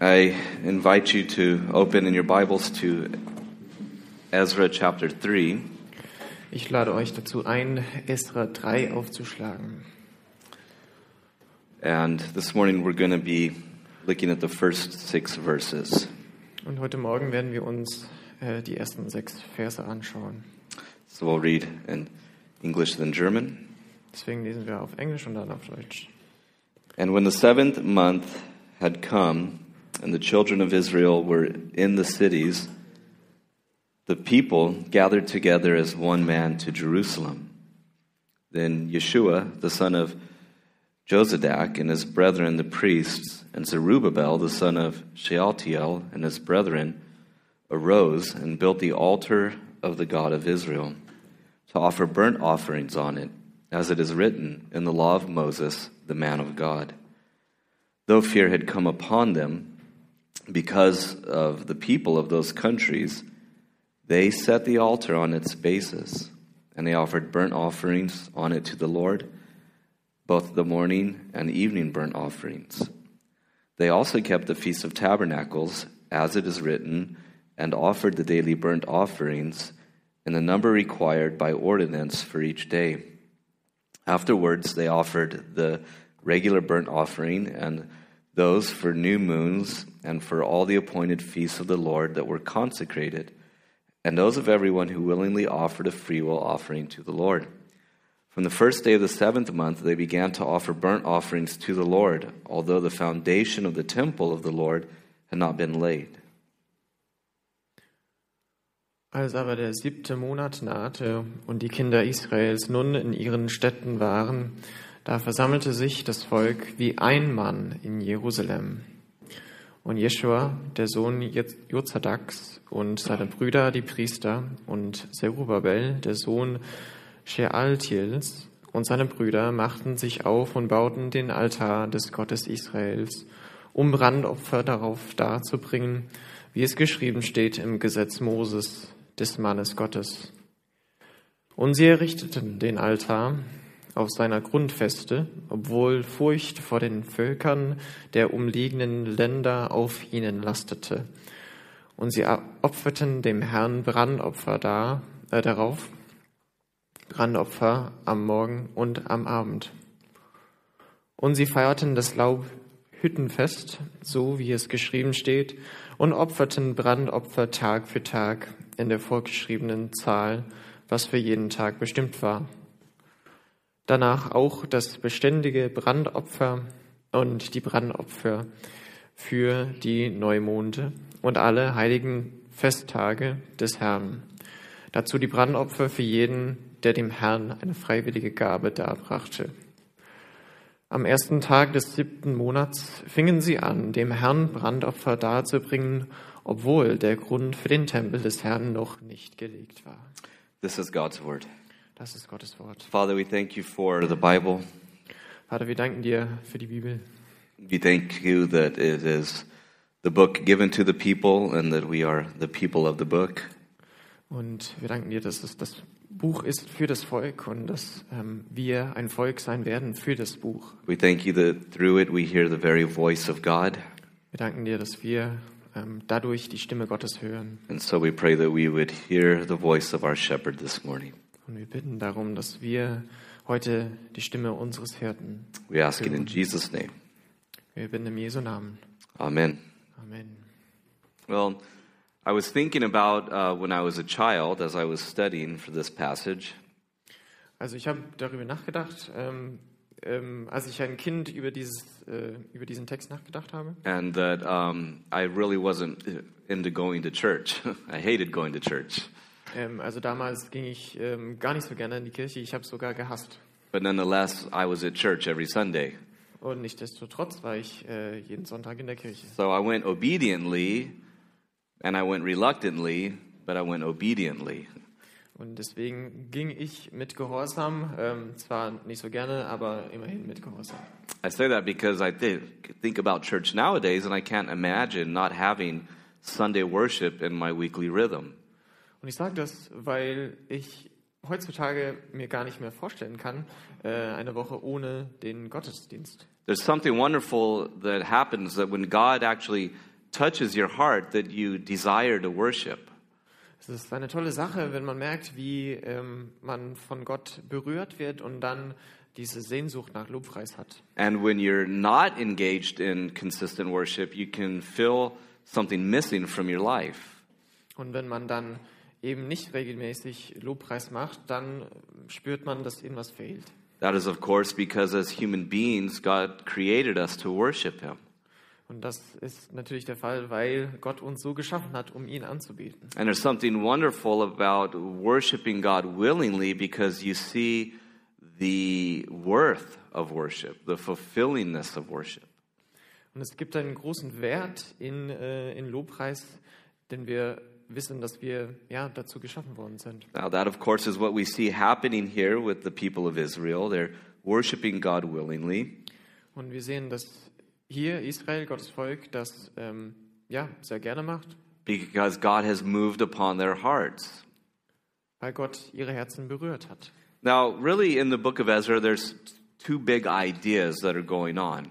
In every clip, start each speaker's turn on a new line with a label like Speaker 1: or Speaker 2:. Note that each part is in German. Speaker 1: I invite you to open in your Bibles to Ezra chapter 3.
Speaker 2: Ich lade euch dazu ein, Esra 3 aufzuschlagen.
Speaker 1: And this morning we're going to be looking at the first six verses.
Speaker 2: Und heute Morgen werden wir uns äh, die ersten sechs Verse anschauen.
Speaker 1: So we'll read in English, then German.
Speaker 2: Deswegen lesen wir auf Englisch und dann auf Deutsch.
Speaker 1: And when the seventh month had come, and the children of Israel were in the cities, the people gathered together as one man to Jerusalem. Then Yeshua, the son of Josadak, and his brethren the priests, and Zerubbabel, the son of Shealtiel, and his brethren, arose and built the altar of the God of Israel to offer burnt offerings on it, as it is written in the law of Moses, the man of God. Though fear had come upon them because of the people of those countries, they set the altar on its basis, and they offered burnt offerings on it to the Lord, both the morning and evening burnt offerings. They also kept the Feast of Tabernacles, as it is written, and offered the daily burnt offerings in the number required by ordinance for each day. Afterwards, they offered the regular burnt offering and those for new moons and for all the appointed feasts of the Lord that were consecrated, and those of everyone who willingly offered a freewill offering to the Lord. From the first day of the seventh month, they began to offer burnt offerings to the Lord, although the foundation of the temple of the Lord had not been laid.
Speaker 2: Als aber der siebte Monat nahte und die Kinder Israels nun in ihren Städten waren, da versammelte sich das Volk wie ein Mann in Jerusalem. Und Jeschua, der Sohn Jez- Jozadaks, und seine Brüder, die Priester, und Zerubabel, der Sohn Shealtiels, und seine Brüder machten sich auf und bauten den Altar des Gottes Israels, um Brandopfer darauf darzubringen, wie es geschrieben steht im Gesetz Moses, des Mannes Gottes. Und sie errichteten den Altar auf seiner Grundfeste, obwohl Furcht vor den Völkern der umliegenden Länder auf ihnen lastete. Und sie opferten dem Herrn Brandopfer da, äh, darauf, Brandopfer am Morgen und am Abend. Und sie feierten das Laubhüttenfest, so wie es geschrieben steht, und opferten Brandopfer Tag für Tag in der vorgeschriebenen Zahl, was für jeden Tag bestimmt war. Danach auch das beständige Brandopfer und die Brandopfer für die Neumonde und alle heiligen Festtage des Herrn. Dazu die Brandopfer für jeden, der dem Herrn eine freiwillige Gabe darbrachte. Am ersten Tag des siebten Monats fingen sie an, dem Herrn Brandopfer darzubringen, obwohl der Grund für den Tempel des Herrn noch nicht gelegt war.
Speaker 1: This is God's word.
Speaker 2: Das ist Gottes Wort.
Speaker 1: Father, we thank you for the Bible.
Speaker 2: Vater, wir danken dir für die Bibel.
Speaker 1: We thank you that it is the book given to the people and that we are the people of the book.
Speaker 2: Und wir danken dir, dass es das Buch ist für das Volk und dass ähm, wir ein Volk sein werden für das Buch.
Speaker 1: We thank you that through it we hear the very voice of God.
Speaker 2: Wir danken dir, dass wir ähm, dadurch die Stimme Gottes hören.
Speaker 1: And so we pray that we would hear the voice of our shepherd this morning.
Speaker 2: Und wir bitten darum, dass wir heute die Stimme unseres Hirten.
Speaker 1: We ask it in Jesus' name.
Speaker 2: Wir bitten im Jesu Namen.
Speaker 1: Amen.
Speaker 2: Amen.
Speaker 1: Well, I was thinking about uh, when I was a child as I was studying for this passage.
Speaker 2: Also ich habe darüber nachgedacht, ähm, ähm, als ich ein Kind über, dieses, äh, über diesen Text nachgedacht habe.
Speaker 1: and that um, I really wasn't uh, into going to church. I hated going to church.
Speaker 2: Ähm, also damals ging ich ähm, gar nicht so gerne in die Kirche. Ich habe es sogar gehasst.
Speaker 1: But nonetheless, I was at church every Sunday.
Speaker 2: Und nichtsdestotrotz war ich äh, jeden Sonntag in der Kirche.
Speaker 1: So I went obediently, and I went reluctantly, but I went obediently.
Speaker 2: Und deswegen ging ich mit Gehorsam, ähm, zwar nicht so gerne, aber immerhin mit Gehorsam.
Speaker 1: I say that because I think, think about church nowadays, and I can't imagine not having Sunday worship in my weekly rhythm.
Speaker 2: Und ich sage das, weil ich heutzutage mir gar nicht mehr vorstellen kann, äh, eine Woche ohne den Gottesdienst.
Speaker 1: There's something wonderful that happens that when God actually touches your heart that you desire to worship.
Speaker 2: Es ist eine tolle Sache, wenn man merkt, wie ähm, man von Gott berührt wird und dann diese Sehnsucht nach Lobpreis hat.
Speaker 1: And when you're not engaged in consistent worship, you can feel something missing from your life.
Speaker 2: Und wenn man dann eben nicht regelmäßig Lobpreis macht, dann äh, spürt man, dass irgendwas fehlt.
Speaker 1: That is, of course, because as human beings, God created us to worship Him.
Speaker 2: Und das ist natürlich der Fall, weil Gott uns so geschaffen hat, um ihn anzubieten.
Speaker 1: And there's something wonderful about worshiping God willingly because you see the worth of worship, the fulfillingness of worship.
Speaker 2: Und es gibt einen großen Wert in, äh, in Lobpreis, denn wir wissen, dass wir ja dazu geschaffen worden sind.
Speaker 1: Now, that, of course, is what we see happening here with the people of Israel. They're worshiping God willingly,
Speaker 2: Und wir sehen, dass hier Israel, Gottes Volk, das ähm, ja sehr gerne macht,
Speaker 1: because God has moved upon their hearts.
Speaker 2: weil Gott ihre Herzen berührt hat.
Speaker 1: Now, really, in the book of Ezra, there's two big ideas that are going on.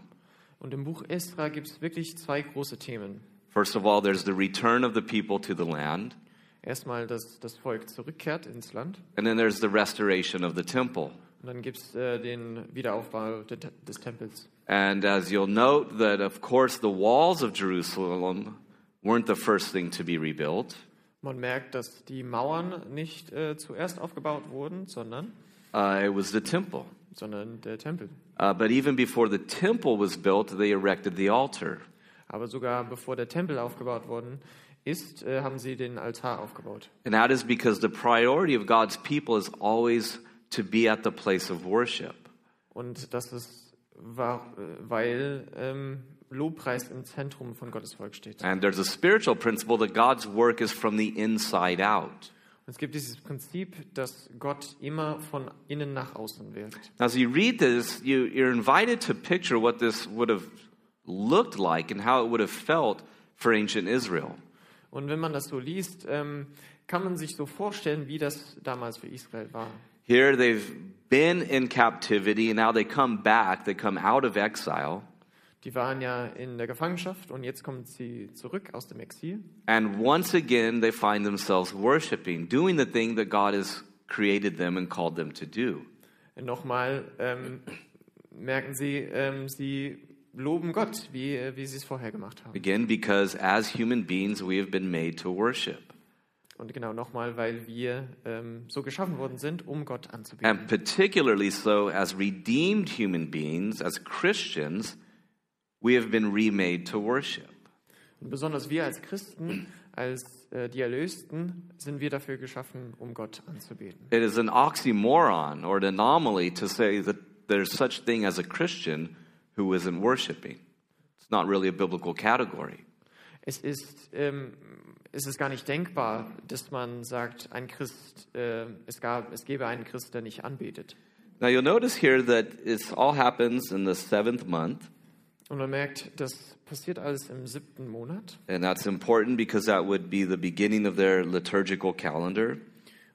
Speaker 2: Und im Buch Esra gibt es wirklich zwei große Themen.
Speaker 1: First of all, there's the return of the people to the land,
Speaker 2: Erstmal, dass das Volk zurückkehrt ins Land.
Speaker 1: and then there's the restoration of the temple.
Speaker 2: Und dann gibt es äh, den Wiederaufbau de, des Tempels.
Speaker 1: And as you'll note, that of course the walls of Jerusalem weren't the first thing to be rebuilt.
Speaker 2: Man merkt, dass die Mauern nicht äh, zuerst aufgebaut wurden, sondern,
Speaker 1: Uh, it was the temple.
Speaker 2: sondern der Tempel.
Speaker 1: Uh, but even before the temple was built, they erected the altar.
Speaker 2: Aber sogar bevor der Tempel aufgebaut worden ist, äh, haben sie den Altar aufgebaut.
Speaker 1: And that is because the priority of God's people is always to be at the place of worship.
Speaker 2: Und das ist, war, äh, weil ähm, Lobpreis im Zentrum von Gottes Volk steht. Und
Speaker 1: And there's a spiritual principle that God's work is from the inside out.
Speaker 2: es gibt dieses Prinzip, dass Gott immer von innen nach außen wirkt.
Speaker 1: Now, as you read this, you, you're invited to picture what this would have looked like and how it would have felt for ancient Israel.
Speaker 2: Und wenn man das so liest, ähm, kann man sich so vorstellen, wie das damals für Israel war.
Speaker 1: Here they've been in captivity and now they come back, they come out of exile.
Speaker 2: Die waren ja in der Gefangenschaft und jetzt kommen sie zurück aus dem Exil.
Speaker 1: And once again, they find themselves worshiping, doing the thing that God has created them and called them to do.
Speaker 2: Nochmal ähm, merken sie, ähm, sie loben Gott, wie, äh, wie sie es vorher gemacht haben.
Speaker 1: Again, because as human beings, we have been made to worship.
Speaker 2: Und genau nochmal, weil wir ähm, so geschaffen worden sind, um Gott anzubeten.
Speaker 1: And particularly so, as redeemed human beings, as Christians, we have been remade to worship.
Speaker 2: Und besonders wir als Christen, als äh, die Erlösten, sind wir dafür geschaffen, um Gott anzubeten.
Speaker 1: It is an oxymoron or an anomaly to say that there's such thing as a Christian who isn't worshiping. It's not really a biblical category.
Speaker 2: Es ist, ähm, es ist gar nicht denkbar, dass man sagt, ein Christ, äh, es, gab, es gäbe einen Christ, der nicht anbetet.
Speaker 1: Now you'll notice here that this all happens in the seventh month,
Speaker 2: Und man merkt, das passiert alles im siebten Monat.
Speaker 1: and that's important because that would be the beginning of their liturgical calendar.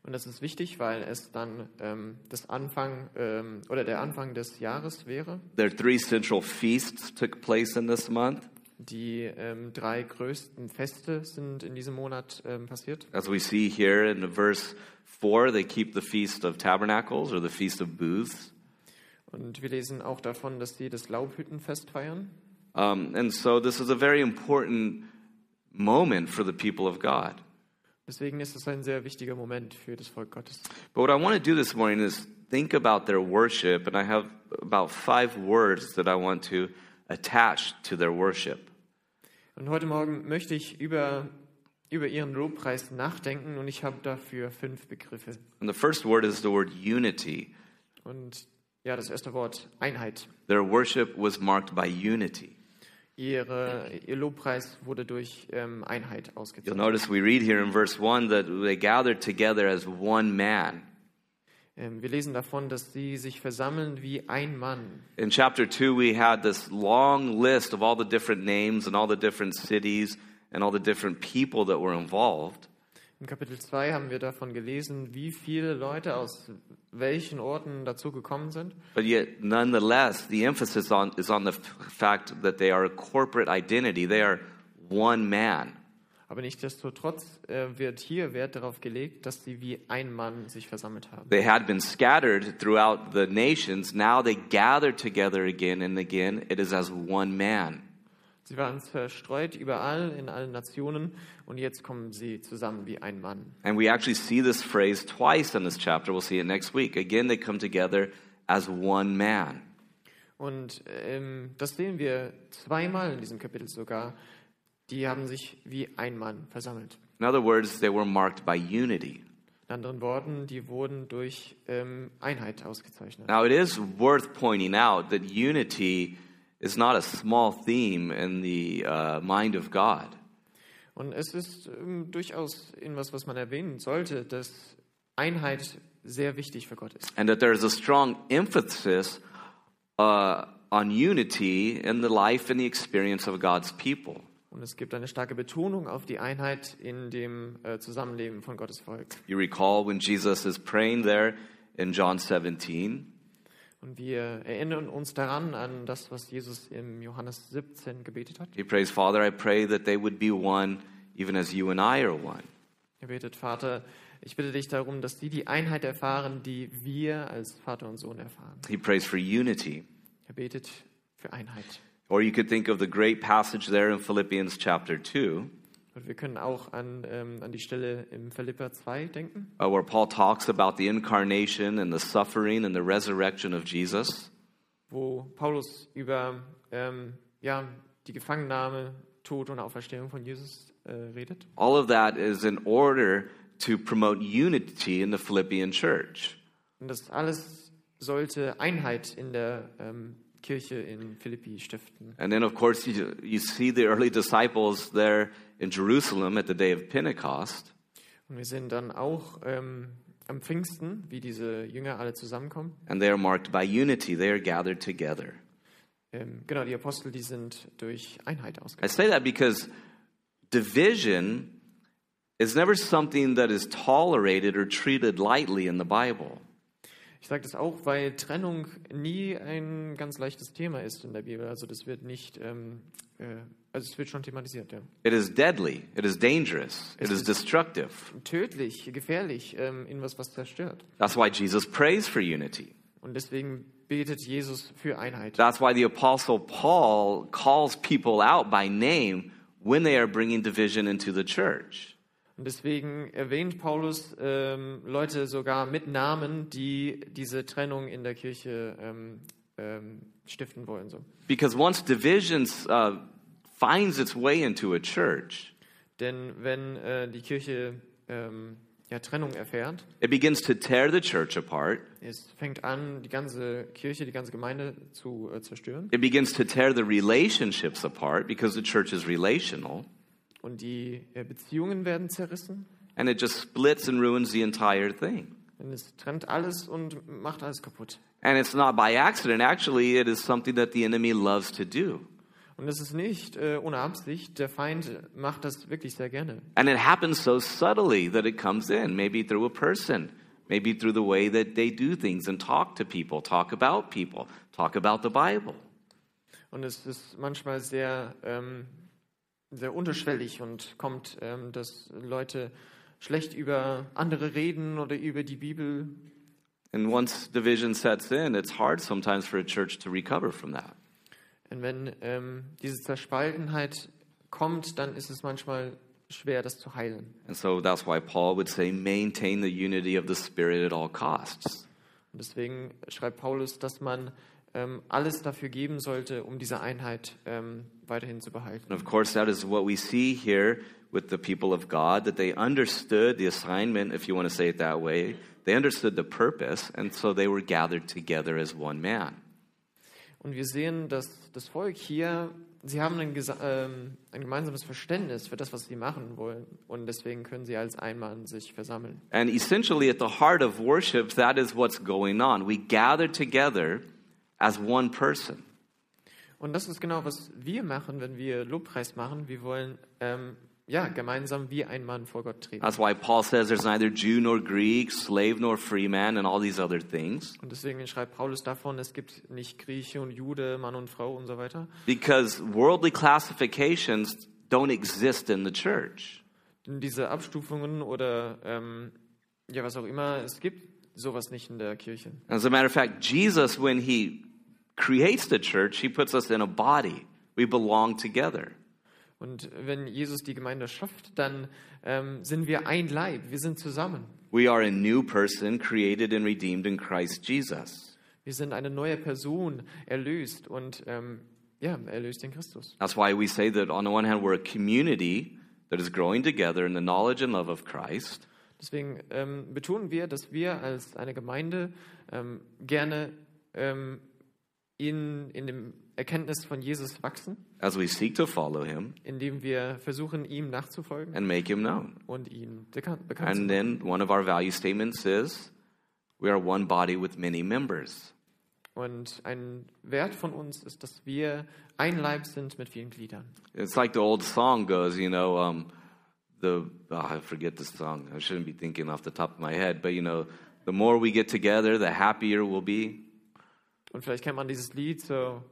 Speaker 2: Und das ist wichtig, weil es dann ähm, das Anfang ähm, oder der Anfang des Jahres wäre.
Speaker 1: Their three central feasts took place in this month.
Speaker 2: Die ähm, drei größten Feste sind in diesem Monat ähm, passiert.
Speaker 1: As we see here in verse 4, they keep the Feast of Tabernacles or the Feast of Booths.
Speaker 2: Und wir lesen auch davon, dass sie das Laubhüttenfest feiern.
Speaker 1: Um, and so this is a very important moment for the people of God.
Speaker 2: Deswegen ist es ein sehr wichtiger Moment für das Volk Gottes.
Speaker 1: But what I want to do this morning is think about their worship, and I have about five words that I want to attach to their worship.
Speaker 2: Und heute Morgen möchte ich über, über ihren Lobpreis nachdenken und ich habe dafür fünf Begriffe.
Speaker 1: And the first word is the word unity.
Speaker 2: Und ja, das erste Wort, Einheit.
Speaker 1: Their worship was marked by unity.
Speaker 2: Ihre, ihr Lobpreis wurde durch ähm, Einheit
Speaker 1: You'll
Speaker 2: ausgezeichnet.
Speaker 1: notice we read here in verse 1 that they gathered together as one man.
Speaker 2: Ähm, wir lesen davon, dass sie sich versammeln wie ein Mann.
Speaker 1: In chapter 2, we had this long list of all the different names and all the different cities and all the different people that were involved.
Speaker 2: Im Kapitel 2 haben wir davon gelesen, wie viele Leute aus welchen Orten dazu gekommen sind.
Speaker 1: But yet, nonetheless, the emphasis on, is on the f- fact that they are a corporate identity. They are one man.
Speaker 2: Aber nichtsdestotrotz äh, wird hier Wert darauf gelegt, dass sie wie ein Mann sich versammelt haben.
Speaker 1: They had been scattered throughout the nations. Now they gather together again and again. It is as one man.
Speaker 2: Sie waren verstreut überall in allen Nationen und jetzt kommen sie zusammen wie ein Mann.
Speaker 1: And we actually see this phrase twice in this chapter. We'll see it next week. Again, they come together as one man.
Speaker 2: Und ähm, das sehen wir zweimal in diesem Kapitel sogar. Die haben sich wie ein Mann versammelt.
Speaker 1: In other words, they were marked by unity.
Speaker 2: In anderen Worten, die wurden durch ähm, Einheit ausgezeichnet.
Speaker 1: Now, it is worth pointing out that unity is not a small theme in the uh, mind of God.
Speaker 2: Und es ist ähm, durchaus etwas, was man erwähnen sollte, dass Einheit sehr wichtig für Gott ist.
Speaker 1: and that there is a strong emphasis uh, on unity in the life and the experience of God's people.
Speaker 2: Und es gibt eine starke Betonung auf die Einheit in dem äh, Zusammenleben von Gottes Volk.
Speaker 1: You recall when Jesus is praying there in John 17,
Speaker 2: Und wir erinnern uns daran an das, was Jesus im Johannes 17 gebetet hat.
Speaker 1: he prays, Father, I pray that they would be one, even as you and I are one.
Speaker 2: Er betet, Vater, ich bitte dich darum, dass die die Einheit erfahren, die wir als Vater und Sohn erfahren.
Speaker 1: He prays for unity.
Speaker 2: Er betet für Einheit.
Speaker 1: Or you could think of the great passage there in Philippians chapter 2,
Speaker 2: Und wir können auch an, ähm, an die Stelle im Philippa 2 denken,
Speaker 1: uh, where Paul talks about the incarnation and the suffering and the resurrection of Jesus.
Speaker 2: wo Paulus über ähm, ja, die Gefangennahme, Tod und Auferstehung von Jesus äh, redet.
Speaker 1: All of that is in order to promote unity in the Philippian church.
Speaker 2: Und das alles sollte Einheit in der ähm, Kirche in Philippi stiften.
Speaker 1: And then, of course, you, you see the early disciples there in Jerusalem at the day of Pentecost.
Speaker 2: Und wir sehen dann auch ähm, am Pfingsten, wie diese Jünger alle zusammenkommen.
Speaker 1: And they are marked by unity. They are gathered together.
Speaker 2: Ähm, genau, die Apostel, die sind durch Einheit
Speaker 1: I
Speaker 2: ausgegangen.
Speaker 1: say that because division is never something that is tolerated or treated lightly in the Bible.
Speaker 2: Ich sage das auch, weil Trennung nie ein ganz leichtes Thema ist in der Bibel. Also das wird nicht, ähm, äh, also es wird schon thematisiert, ja.
Speaker 1: It is deadly, it is dangerous, it is destructive.
Speaker 2: Tödlich, gefährlich, ähm, in was, was zerstört.
Speaker 1: That's why Jesus prays for unity.
Speaker 2: Und deswegen betet Jesus für Einheit.
Speaker 1: That's why the Apostle Paul calls people out by name when they are bringing division into the church.
Speaker 2: Und deswegen erwähnt Paulus ähm, Leute sogar mit Namen, die diese Trennung in der Kirche ähm, ähm, stiften wollen. So.
Speaker 1: Because once division uh, finds its way into a church,
Speaker 2: Denn wenn äh, die Kirche ähm, ja, Trennung erfährt,
Speaker 1: it begins to tear the church apart,
Speaker 2: es fängt an, die ganze Kirche, die ganze Gemeinde zu äh, zerstören
Speaker 1: it begins to tear the relationships apart because the church is relational,
Speaker 2: und die äh, Beziehungen werden zerrissen.
Speaker 1: and it just splits and ruins the entire thing.
Speaker 2: Denn es trennt alles und macht alles kaputt.
Speaker 1: And it's not by accident, actually, it is something that the enemy loves to do.
Speaker 2: Und das ist nicht äh, ohne Absicht. Der Feind macht das wirklich sehr gerne.
Speaker 1: And it happens so subtly that it comes in, maybe through a person, maybe through the way that they do things and talk to people, talk about people, talk about the Bible.
Speaker 2: Und es ist manchmal sehr, ähm, sehr unterschwellig und kommt, ähm, dass Leute schlecht über andere reden oder über die Bibel.
Speaker 1: And once division sets in, it's hard sometimes for a church to recover from that.
Speaker 2: Und wenn ähm, diese Zerspaltenheit kommt, dann ist es manchmal schwer, das zu heilen.
Speaker 1: And so that's why Paul would say, maintain the unity of the Spirit at all costs.
Speaker 2: Und deswegen schreibt Paulus, dass man ähm, alles dafür geben sollte, um diese Einheit ähm, weiterhin zu behalten.
Speaker 1: And of course, that is what we see here with the people of God, that they understood the assignment, if you want to say it that way. They understood the purpose, and so they were gathered together as one man.
Speaker 2: Und wir sehen, dass das Volk hier, sie haben ein, gesa- ähm, ein gemeinsames Verständnis für das, was sie machen wollen. Und deswegen können sie als Einmann sich versammeln.
Speaker 1: And essentially, at the heart of worship, that is what's going on. We gather together as one person.
Speaker 2: Und das ist genau, was wir machen, wenn wir Lobpreis machen. Wir wollen ähm, ja, gemeinsam wie ein Mann vor Gott treten.
Speaker 1: That's why Paul says there's neither Jew nor Greek, slave nor free man, and all these other things.
Speaker 2: Und deswegen schreibt Paulus davon, es gibt nicht Grieche und Jude, Mann und Frau und so weiter.
Speaker 1: Because worldly classifications don't exist in the church.
Speaker 2: Denn diese Abstufungen oder ähm, ja, was auch immer es gibt, sowas nicht in der Kirche.
Speaker 1: As a matter of fact, Jesus, when he creates the church, he puts us in a body. We belong together.
Speaker 2: Und wenn Jesus die Gemeinde schafft, dann ähm, sind wir ein Leib, wir sind zusammen.
Speaker 1: We are a new person created and redeemed in Christ Jesus.
Speaker 2: Wir sind eine neue Person, erlöst und ähm, ja, erlöst in Christus.
Speaker 1: That's why we say that on the one hand, we're a community that is growing together in the knowledge and love of Christ.
Speaker 2: Deswegen ähm, betonen wir, dass wir als eine Gemeinde ähm, gerne ähm, in, in dem Erkenntnis von Jesus wachsen,
Speaker 1: as we seek to follow him
Speaker 2: indem wir versuchen, ihm nachzufolgen
Speaker 1: and make him known.
Speaker 2: und ihn bekannt, bekannt zu
Speaker 1: And
Speaker 2: machen.
Speaker 1: then one of our value statements is we are one body with many members.
Speaker 2: Und ein Wert von uns ist, dass wir ein Leib sind mit vielen Gliedern.
Speaker 1: It's like the old song goes, you know, um, the oh, I forget the song. I shouldn't be thinking off the top of my head, but you know, the more we get together, the happier we'll be.
Speaker 2: Und vielleicht kennt man dieses Lied so,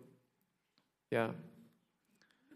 Speaker 2: ja,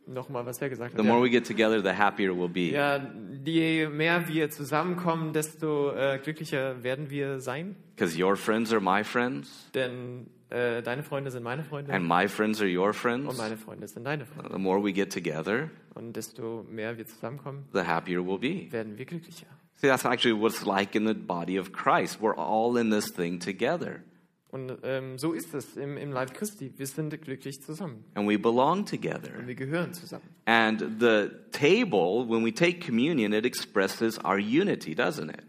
Speaker 2: nochmal, was er gesagt
Speaker 1: The
Speaker 2: hat.
Speaker 1: more
Speaker 2: Ja.
Speaker 1: we get together, the happier we'll be.
Speaker 2: Ja, je mehr wir zusammenkommen, desto äh, glücklicher werden wir sein.
Speaker 1: Because your friends are my friends,
Speaker 2: Denn äh, deine Freunde sind meine Freunde
Speaker 1: and my friends are your
Speaker 2: und
Speaker 1: friends.
Speaker 2: meine Freunde sind deine Freunde.
Speaker 1: The more we get together,
Speaker 2: Und desto mehr wir zusammenkommen,
Speaker 1: the happier we'll be.
Speaker 2: werden wir glücklicher.
Speaker 1: See, that's actually what's like in the body of Christ. We're all in this thing together,
Speaker 2: Und ähm, so ist es im, im Leib Christi. Wir sind glücklich zusammen.
Speaker 1: and we belong
Speaker 2: Und
Speaker 1: together.
Speaker 2: wir gehören zusammen.
Speaker 1: And the table, when we take communion, it expresses our unity, doesn't it?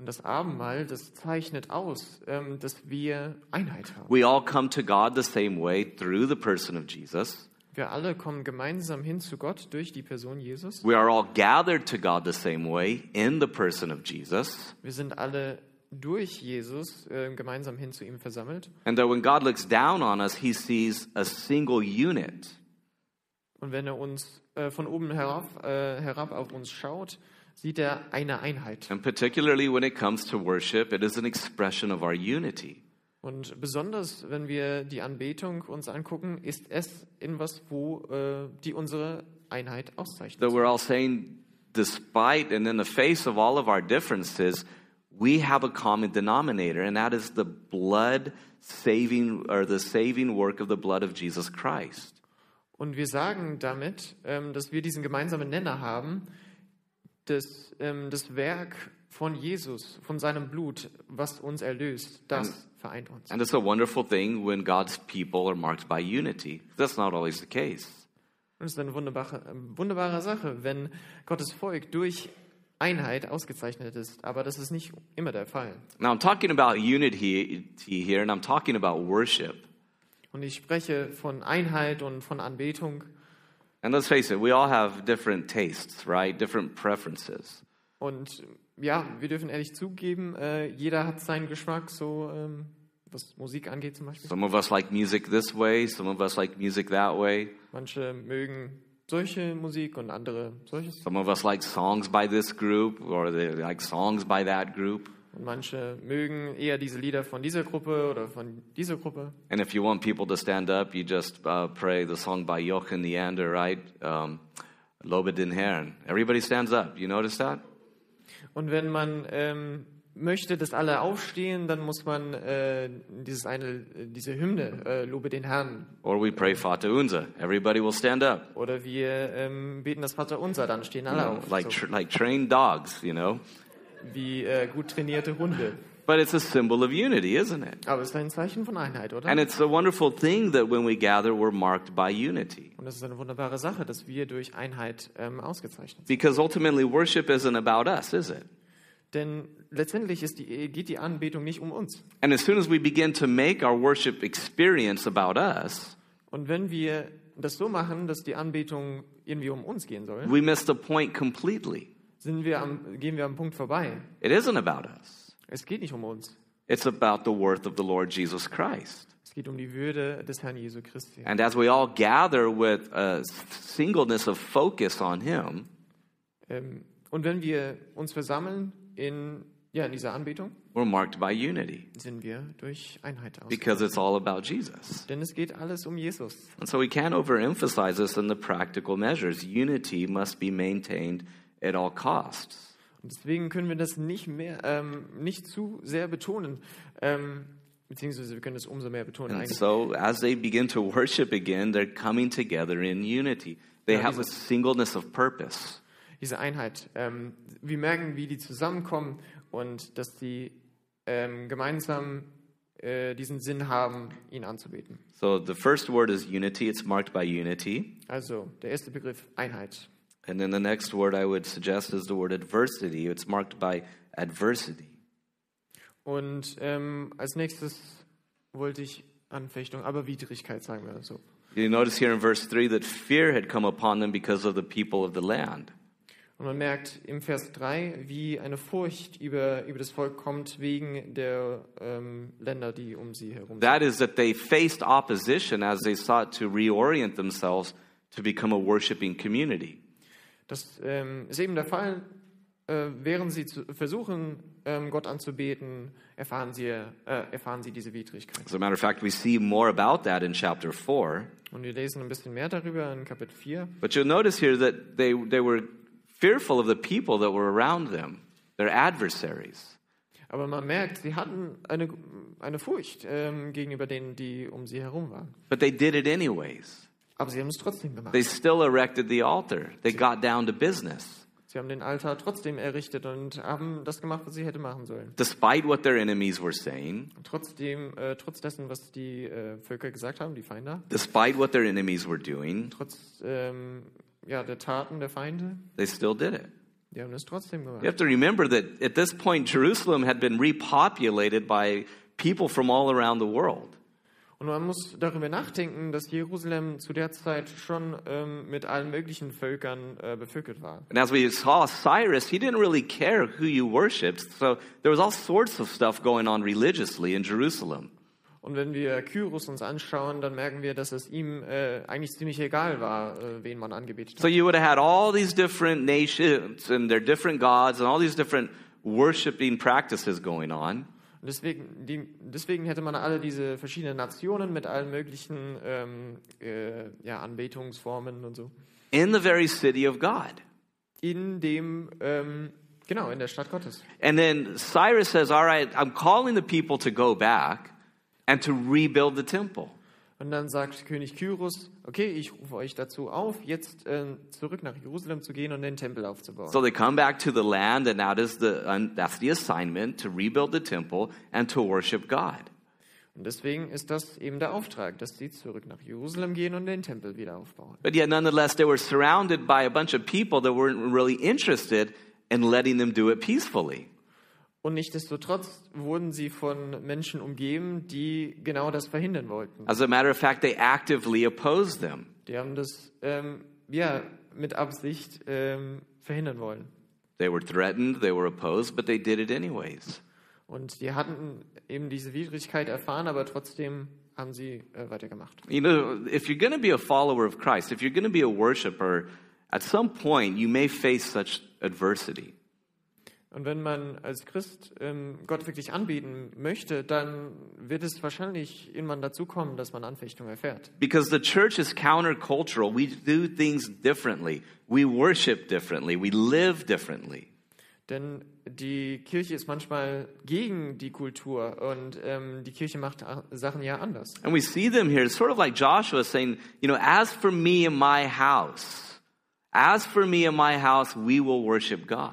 Speaker 2: Und das Abendmahl, das zeichnet aus, ähm, dass wir Einheit haben.
Speaker 1: We all come to God the same way through the person of Jesus.
Speaker 2: Wir alle kommen gemeinsam hin zu Gott durch die Person Jesus.
Speaker 1: We are all gathered to God the same way in the person of Jesus.
Speaker 2: Wir sind alle durch Jesus äh, gemeinsam hin zu ihm versammelt.
Speaker 1: And that when God looks down on us, he sees a single unit.
Speaker 2: Und wenn er uns äh, von oben herab, äh, herab auf uns schaut, sieht er eine Einheit.
Speaker 1: And particularly when it comes to worship, it is an expression of our unity.
Speaker 2: Und besonders, wenn wir die Anbetung uns angucken, ist es in was, wo äh, die unsere Einheit
Speaker 1: that
Speaker 2: auszeichnet.
Speaker 1: we're all saying, despite and in the face of all of our differences, we have a common denominator, and that is the blood saving or the saving work of the blood of Jesus Christ.
Speaker 2: Und wir sagen damit, ähm, dass wir diesen gemeinsamen Nenner haben, das, ähm, das Werk von Jesus, von seinem Blut, was uns erlöst, das vereint uns.
Speaker 1: And it's a wonderful thing when God's people are marked by unity. That's not always the case.
Speaker 2: Und es ist eine wunderbare, ähm, wunderbare Sache, wenn Gottes Volk durch Einheit ausgezeichnet ist. Aber das ist nicht immer der Fall.
Speaker 1: Now, I'm talking about unity here, and I'm talking about worship.
Speaker 2: Und ich spreche von Einheit und von Anbetung.
Speaker 1: And let's face it, we all have different tastes, right? Different preferences.
Speaker 2: Und ja, wir dürfen ehrlich zugeben, äh, jeder hat seinen Geschmack, so ähm, was Musik angeht zum Beispiel.
Speaker 1: Some of us like music this way, some of us like music that way.
Speaker 2: Manche mögen solche Musik und andere solches.
Speaker 1: Some of us like songs by this group, or they like songs by that group.
Speaker 2: Und manche mögen eher diese Lieder von dieser Gruppe oder von dieser Gruppe.
Speaker 1: And if you want people to stand up, you just uh, pray the song by Jochen Neander, right? Um, Lobe den Herrn. Everybody stands up. You notice that?
Speaker 2: Und wenn man ähm, möchte, dass alle aufstehen, dann muss man äh, dieses eine, diese Hymne, äh, Lobe den Herrn.
Speaker 1: Or we pray Vater unser. Everybody will stand up,
Speaker 2: Oder wir ähm, beten das Vaterunser, dann stehen alle auf.
Speaker 1: like
Speaker 2: so,
Speaker 1: tr- like trained dogs, you know.
Speaker 2: wie äh, gut trainierte Hunde.
Speaker 1: But it's a symbol of unity, isn't it?
Speaker 2: Aber es ist ein Zeichen von Einheit, oder?
Speaker 1: And it's a wonderful thing that when we gather, we're marked by unity.
Speaker 2: Und das ist eine wunderbare Sache, dass wir durch Einheit ähm, ausgezeichnet
Speaker 1: Because ultimately, worship isn't about us, is it?
Speaker 2: sind. Denn letztendlich ist die, geht die Anbetung nicht um uns.
Speaker 1: And as soon as we begin to make our worship experience about us,
Speaker 2: Und wenn wir das so machen, dass die Anbetung irgendwie um uns gehen soll,
Speaker 1: We miss the point completely.
Speaker 2: sind wir am, gehen wir am Punkt vorbei.
Speaker 1: It isn't about us.
Speaker 2: Es geht nicht um uns.
Speaker 1: It's about the worth of the Lord Jesus Christ.
Speaker 2: Es geht um die Würde des Herrn Jesu Christi.
Speaker 1: And as we all gather with a singleness of focus on Him,
Speaker 2: Ähm, und wenn wir uns versammeln in Ja, in dieser Anbetung
Speaker 1: We're marked by unity
Speaker 2: sind wir durch Einheit aus.
Speaker 1: because it's all about Jesus.
Speaker 2: Denn es geht alles um Jesus.
Speaker 1: And so we can't overemphasize this in the practical measures. Unity must be maintained at all costs.
Speaker 2: Und deswegen können wir das nicht mehr, ähm, nicht zu sehr betonen. Ähm, beziehungsweise wir können das umso mehr betonen
Speaker 1: And
Speaker 2: eigentlich.
Speaker 1: so as they begin to worship again, they're coming together in unity. They have a singleness of purpose.
Speaker 2: Diese Einheit. Ähm, wir merken, wie die zusammenkommen und dass die ähm, gemeinsam äh, diesen Sinn haben, ihn anzubeten.
Speaker 1: So the first word is unity. It's marked by unity.
Speaker 2: Also der erste Begriff Einheit.
Speaker 1: And then the next word I would suggest is the word adversity. It's marked by adversity.
Speaker 2: Und ähm, als nächstes wollte ich Anfechtung, aber Widrigkeit sagen wir so.
Speaker 1: You notice here in verse 3 that fear had come upon them because of the people of the land.
Speaker 2: Und man merkt im Vers 3, wie eine Furcht über, über das Volk kommt wegen der ähm, Länder, die um sie herum sind.
Speaker 1: That is, that they faced opposition as they sought to reorient themselves to become a worshiping community.
Speaker 2: Das ähm, ist eben der Fall. Äh, während sie zu, versuchen, ähm, Gott anzubeten, erfahren sie, äh, erfahren sie diese Widrigkeit.
Speaker 1: As a matter of fact, we see more about that in chapter 4.
Speaker 2: Und wir lesen ein bisschen mehr darüber in Kapitel 4.
Speaker 1: But you'll notice here that they, they were fearful of the people that were around them, their adversaries.
Speaker 2: Aber man merkt, sie hatten eine, eine Furcht ähm, gegenüber denen, die um sie herum waren.
Speaker 1: But they did it anyways.
Speaker 2: Aber sie haben es trotzdem gemacht.
Speaker 1: They still erected the altar, they got down to business,
Speaker 2: Sie haben den Altar trotzdem errichtet und haben das gemacht, was sie hätte machen sollen.
Speaker 1: despite what their enemies were saying.
Speaker 2: Trotzdem, äh, trotz dessen, was die äh, Völker gesagt haben, die Feinde,
Speaker 1: Despite what their enemies were doing,
Speaker 2: trotz ähm, ja, der Taten der Feinde,
Speaker 1: they still did it.
Speaker 2: die haben es trotzdem gemacht.
Speaker 1: You have to remember that at this point, Jerusalem had been repopulated by people from all around the world.
Speaker 2: Und man muss darüber nachdenken, dass Jerusalem zu der Zeit schon ähm, mit allen möglichen Völkern äh, bevölkert war.
Speaker 1: And as we saw, Cyrus, he didn't really care who you worshiped, so there was all sorts of stuff going on religiously in Jerusalem.
Speaker 2: Und wenn wir Kyros uns anschauen, dann merken wir, dass es ihm äh, eigentlich ziemlich egal war, äh, wen man angebetet
Speaker 1: So
Speaker 2: hat.
Speaker 1: you would have had all these different nations and their different gods and all these different worshiping practices going on.
Speaker 2: Und deswegen, die, deswegen hätte man alle diese verschiedenen Nationen mit allen möglichen ähm, äh, ja, Anbetungsformen und so.
Speaker 1: in the very city of God.
Speaker 2: In dem, ähm, genau, in der Stadt Gottes.
Speaker 1: And then Cyrus says, All right, I'm calling the people to go back and to rebuild the temple.
Speaker 2: Und dann sagt König Kyros, okay, ich rufe euch dazu auf, jetzt äh, zurück nach Jerusalem zu gehen und den Tempel aufzubauen.
Speaker 1: So they come back to the land, and that is the, and that's the assignment to rebuild the temple and to worship God.
Speaker 2: Und deswegen ist das eben der Auftrag, dass sie zurück nach Jerusalem gehen und den Tempel wieder aufbauen.
Speaker 1: But yet, nonetheless, they were surrounded by a bunch of people that weren't really interested in letting them do it peacefully.
Speaker 2: Und nichtsdestotrotz wurden sie von Menschen umgeben, die genau das verhindern wollten.
Speaker 1: As a matter of fact, they actively opposed them.
Speaker 2: Die haben das ähm, ja mit Absicht ähm, verhindern wollen.
Speaker 1: They were threatened, they were opposed, but they did it anyways.
Speaker 2: Und die hatten eben diese Widrigkeit erfahren, aber trotzdem haben sie äh, weitergemacht.
Speaker 1: You know, if you're going to be a follower of Christ, if you're going to be a worshiper, at some point you may face such adversity.
Speaker 2: Und wenn man als Christ ähm, Gott wirklich anbieten möchte, dann wird es wahrscheinlich irgendwann dazu kommen, dass man Anfechtung erfährt.
Speaker 1: Because the church is countercultural. We do things differently. We worship differently. We live differently.
Speaker 2: Denn die Kirche ist manchmal gegen die Kultur und ähm, die Kirche macht a- Sachen ja anders.
Speaker 1: And we see them here. It's sort of like Joshua saying, you know, as for me and my house, as for me and my house, we will worship God.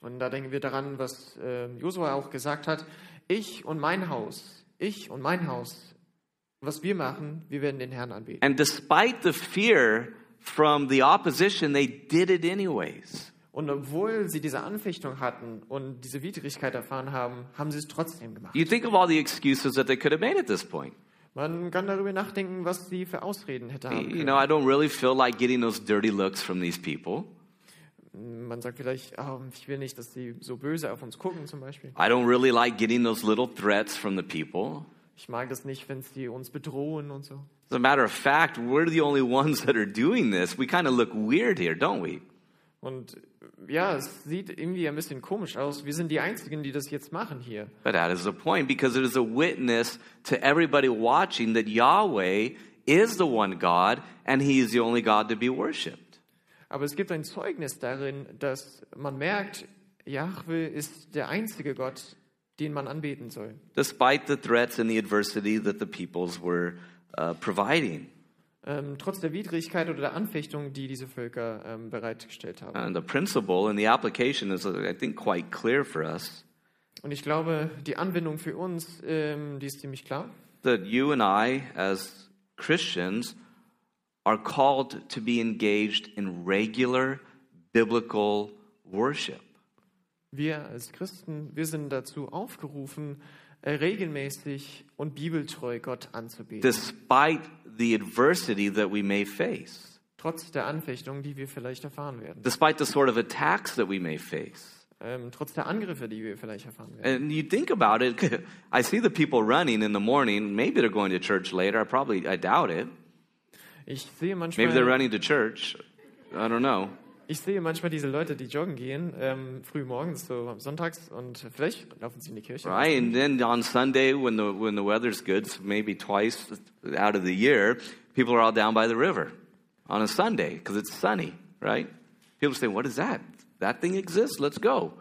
Speaker 2: Und da denken wir daran, was ähm, Josua auch gesagt hat, ich und mein Haus, ich und mein Haus, was wir machen, wir werden den Herrn anbeten.
Speaker 1: And despite the fear from the opposition, they did it anyways.
Speaker 2: Und obwohl sie diese Anfechtung hatten und diese Widrigkeit erfahren haben, haben sie es trotzdem gemacht.
Speaker 1: You think of all the excuses that they could have made at this point.
Speaker 2: Man kann darüber nachdenken, was sie für Ausreden hätte haben
Speaker 1: You
Speaker 2: können.
Speaker 1: know, I don't really feel like getting those dirty looks from these people.
Speaker 2: Man sagt vielleicht, oh, ich will nicht, dass sie so böse auf uns gucken zum Beispiel.
Speaker 1: I don't really like getting those little threats from the people.
Speaker 2: Ich mag das nicht, wenn sie uns bedrohen und so.
Speaker 1: As a matter of fact, we're the only ones that are doing this. We kind of look weird here, don't we?
Speaker 2: Und ja, es sieht irgendwie ein bisschen komisch aus. Wir sind die Einzigen, die das jetzt machen hier.
Speaker 1: But that is the point because it is a witness to everybody watching that Yahweh is the one God and He is the only God to be worshiped.
Speaker 2: Aber es gibt ein Zeugnis darin, dass man merkt, Jahwe ist der einzige Gott, den man anbeten soll.
Speaker 1: Despite the threats and the adversity that the peoples were uh, providing
Speaker 2: Ähm, trotz der Widrigkeit oder der Anfechtung, die diese Völker ähm, bereitgestellt haben.
Speaker 1: and the principle and the application is I think quite clear for us
Speaker 2: Und ich glaube, die Anwendung für uns, ähm, die ist ziemlich klar.
Speaker 1: that you and I as Christians are called to be engaged in regular biblical worship.
Speaker 2: Wir als Christen, wir sind dazu aufgerufen, äh, regelmäßig und bibeltreu Gott anzubeten.
Speaker 1: despite the adversity that we may face,
Speaker 2: trotz der Anfechtung, die wir vielleicht erfahren werden.
Speaker 1: despite the sort of attacks that we may face.
Speaker 2: Ähm, trotz der Angriffe, die wir vielleicht erfahren werden.
Speaker 1: And you think about it, I see the people running in the morning. Maybe they're going to church later. I probably, I doubt it.
Speaker 2: Ich sehe
Speaker 1: Äh, Maybe they're
Speaker 2: manchmal,
Speaker 1: running to church. I don't know.
Speaker 2: ich sehe manchmal diese Leute, die joggen gehen, ähm, früh morgens, so sonntags, und vielleicht laufen sie in die Kirche.
Speaker 1: Right? And then on Sunday, when the, when the weather's good, so maybe twice out of the year, people are all down by the river on a Sunday because it's sunny, right? People say, what is that? That thing exists. Let's go.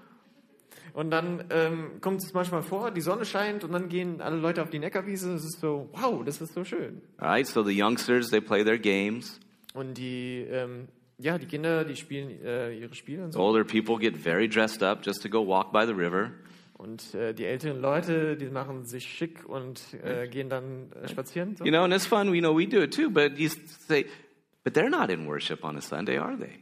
Speaker 2: Und dann ähm, kommt es manchmal vor, die Sonne scheint und dann gehen alle Leute auf die Neckarwiese. Es ist so, wow, das ist so schön.
Speaker 1: All right? So the youngsters, they play their games.
Speaker 2: Und die, ähm, ja, die Kinder, die spielen äh, ihre Spiele und so.
Speaker 1: Older people get very dressed up just to go walk by the river.
Speaker 2: Und äh, die älteren Leute, die machen sich schick und
Speaker 1: Hm?
Speaker 2: äh, gehen dann äh, spazieren. So.
Speaker 1: You know, and it's fun. You know, we do it too. But you say, but they're not in worship on a Sunday, are they?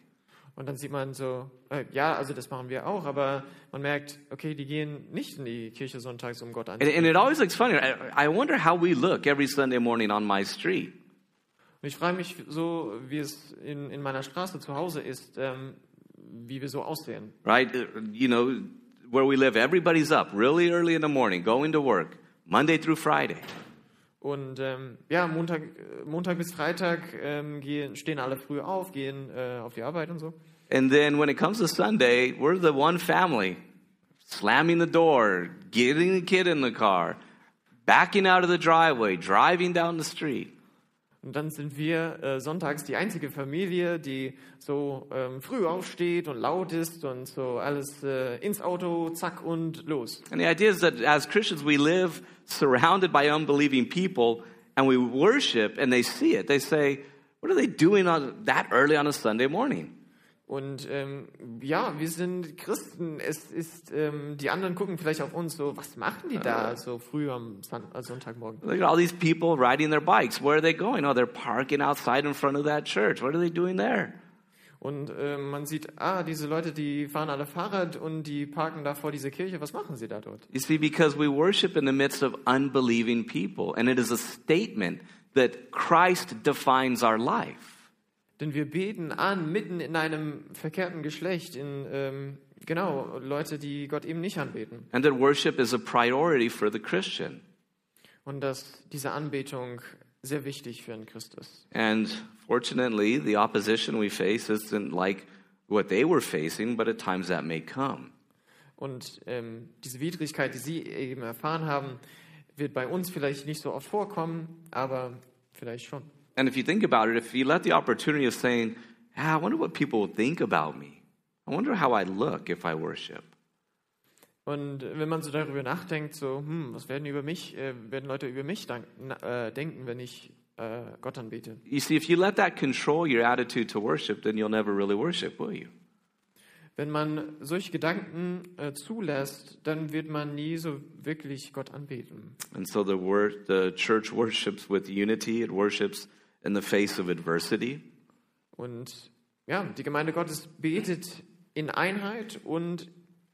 Speaker 2: Und dann sieht man so, äh, ja, also das machen wir auch, aber man merkt, okay, die gehen nicht in die Kirche sonntags, um Gott
Speaker 1: And, and
Speaker 2: anzubeten.
Speaker 1: it always looks funny. I, I wonder how we look every Sunday morning on my street.
Speaker 2: Und ich frage mich so, wie es in, in meiner Straße zu Hause ist, ähm, wie wir so aussehen.
Speaker 1: right? Uh, You know, where we live, everybody's up really early in the morning, going to work Monday through Friday.
Speaker 2: Und ähm, ja, Montag, äh, Montag bis Freitag ähm, gehen, stehen alle früh auf, gehen äh, auf die Arbeit und so.
Speaker 1: And then when it comes to Sunday, we're the one family slamming the door, getting the kid in the car, backing out of the driveway, driving down the street.
Speaker 2: Und dann sind wir äh, sonntags die einzige Familie, die so ähm, früh aufsteht und laut ist und so alles äh, ins Auto, zack und los.
Speaker 1: And the idea is that as Christians, we live surrounded by unbelieving people and we worship and they see it. They say, What are they doing on that early on a Sunday morning?
Speaker 2: Und ähm, ja, wir sind Christen. Es ist, ähm, die anderen gucken vielleicht auf uns so, was machen die da so früh am Son äh, Sonntagmorgen?
Speaker 1: Look at all these people riding their bikes. Where are they going? Oh, they're parking outside in front of that church. What are they doing there?
Speaker 2: Und ähm, man sieht, ah, diese Leute, die fahren alle Fahrrad und die parken da vor diese Kirche. Was machen sie da dort?
Speaker 1: You see, because we worship in the midst of unbelieving people, and it is a statement that Christ defines our life.
Speaker 2: Denn wir beten an, mitten in einem verkehrten Geschlecht, in ähm, genau Leute, die Gott eben nicht anbeten.
Speaker 1: And that worship is a priority for the Christian.
Speaker 2: Und dass diese Anbetung sehr wichtig für einen Christ ist.
Speaker 1: And fortunately, the opposition we face isn't like what they were facing, but at times that may come.
Speaker 2: Und ähm, diese Widrigkeit, die Sie eben erfahren haben, wird bei uns vielleicht nicht so oft vorkommen, aber vielleicht schon.
Speaker 1: And if you think about it, if you let the opportunity of saying, ah, I wonder what people will think about me, I wonder how I look if I worship.
Speaker 2: Und wenn man so darüber nachdenkt, so, hm, was werden über mich, äh, werden Leute über mich dank, na, äh, denken, wenn ich äh, Gott anbete?
Speaker 1: You see, if you let that control your attitude to worship, then you'll never really worship, will you?
Speaker 2: Wenn man solche Gedanken äh, zulässt, dann wird man nie so wirklich Gott anbeten.
Speaker 1: And so the word, the church worships with unity. It worships in the face of adversity.
Speaker 2: Und ja, die Gemeinde Gottes betet in Einheit und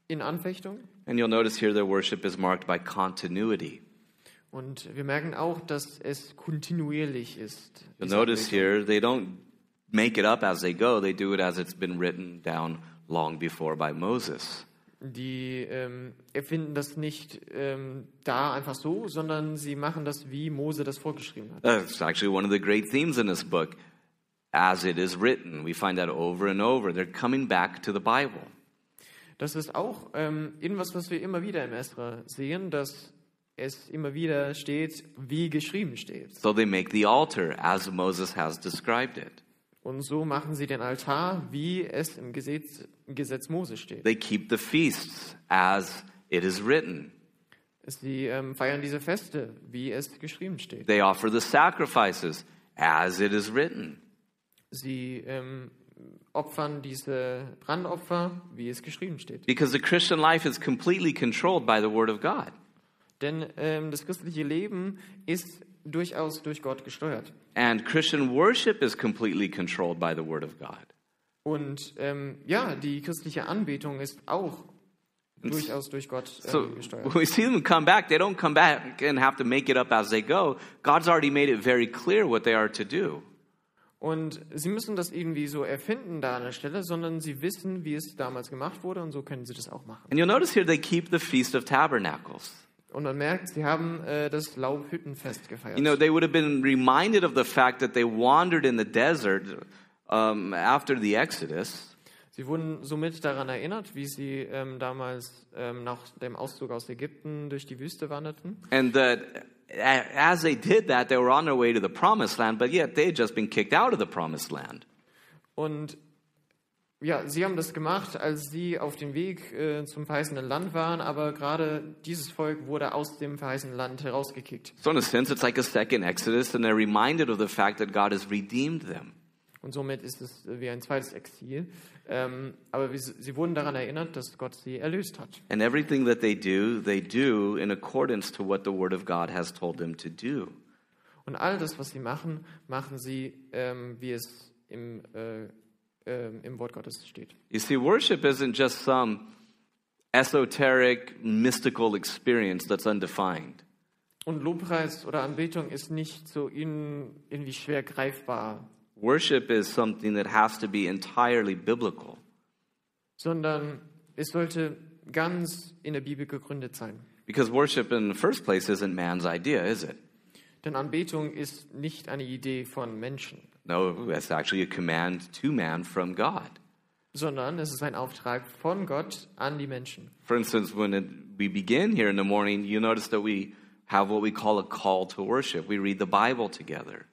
Speaker 2: in Anfechtung.
Speaker 1: And you'll notice here their worship is marked by continuity.
Speaker 2: Und wir merken auch, dass es kontinuierlich ist.
Speaker 1: You'll notice here they don't make it up as they go. They do it as it's been written down long before by Moses.
Speaker 2: Die ähm, erfinden das nicht ähm, da einfach so,
Speaker 1: Uh,
Speaker 2: sondern sie machen das, wie Mose das vorgeschrieben hat.
Speaker 1: That's actually one of the great themes in this book. As it is written. We find that over and over. They're coming back to the Bible.
Speaker 2: Das ist auch ähm, irgendwas, was wir immer wieder im Esra sehen, dass es immer wieder steht, wie geschrieben steht.
Speaker 1: So they make the altar as Moses has described it.
Speaker 2: Und so machen sie den Altar, wie es im Gesetz, im Gesetz Mose steht.
Speaker 1: They keep the feasts as it is written.
Speaker 2: Sie ähm, feiern diese Feste, wie es geschrieben steht.
Speaker 1: They offer the sacrifices as it is written.
Speaker 2: Sie ähm, opfern diese Brandopfer, wie es geschrieben steht.
Speaker 1: Because the Christian life is completely controlled by the Word of God.
Speaker 2: Denn ähm, das christliche Leben ist durchaus durch Gott gesteuert.
Speaker 1: And Christian worship is completely controlled by the Word of God.
Speaker 2: Und ähm, ja, die christliche Anbetung ist auch durchaus durch Gott ähm,
Speaker 1: So
Speaker 2: gesteuert.
Speaker 1: when we see them come back, they don't come back and have to make it up as they go. God's already made it very clear what they are to do.
Speaker 2: Und sie müssen das irgendwie so erfinden da an der Stelle, sondern sie wissen, wie es damals gemacht wurde und so können sie das auch machen.
Speaker 1: And you'll notice here they keep the Feast of Tabernacles.
Speaker 2: Und man merkt, sie haben äh, das Laubhüttenfest gefeiert.
Speaker 1: You know, they would have been reminded of the fact that they wandered in the desert um, after the Exodus.
Speaker 2: sie wurden somit daran erinnert, wie sie ähm, damals ähm, nach dem Auszug aus Ägypten durch die Wüste wanderten.
Speaker 1: And that a- as they did that, they were on their way to the promised land, but yet they had just been kicked out of the promised land.
Speaker 2: Und ja, sie haben das gemacht, als sie auf dem Weg äh, zum verheißenen Land waren, aber gerade dieses Volk wurde aus dem verheißenen Land herausgekickt.
Speaker 1: So, in a sense, it's like a second Exodus, and they're reminded of the fact that God has redeemed them.
Speaker 2: Und somit ist es äh, wie ein zweites Exil. Ähm, aber wir, sie wurden daran erinnert, dass Gott sie erlöst hat.
Speaker 1: And everything that they do, they do in accordance to what the Word of God has told them to do.
Speaker 2: Und all das, was sie machen, machen sie, ähm, wie es im, äh, ähm, im Wort Gottes steht.
Speaker 1: You see, worship isn't just some esoteric, mystical experience that's undefined.
Speaker 2: Und Lobpreis oder Anbetung ist nicht so in, irgendwie schwer greifbar,
Speaker 1: Worship is something that has to be entirely biblical.
Speaker 2: sondern es sollte ganz in der Bibel gegründet sein.
Speaker 1: Because worship, in the first place, isn't man's idea, is it?
Speaker 2: Denn Anbetung ist nicht eine Idee von Menschen,
Speaker 1: No, it's actually a command to man from God.
Speaker 2: sondern es ist ein Auftrag von Gott an die Menschen.
Speaker 1: For instance, when it, we begin here in the morning, you notice that we have what we call a call to worship. We read the Bible together.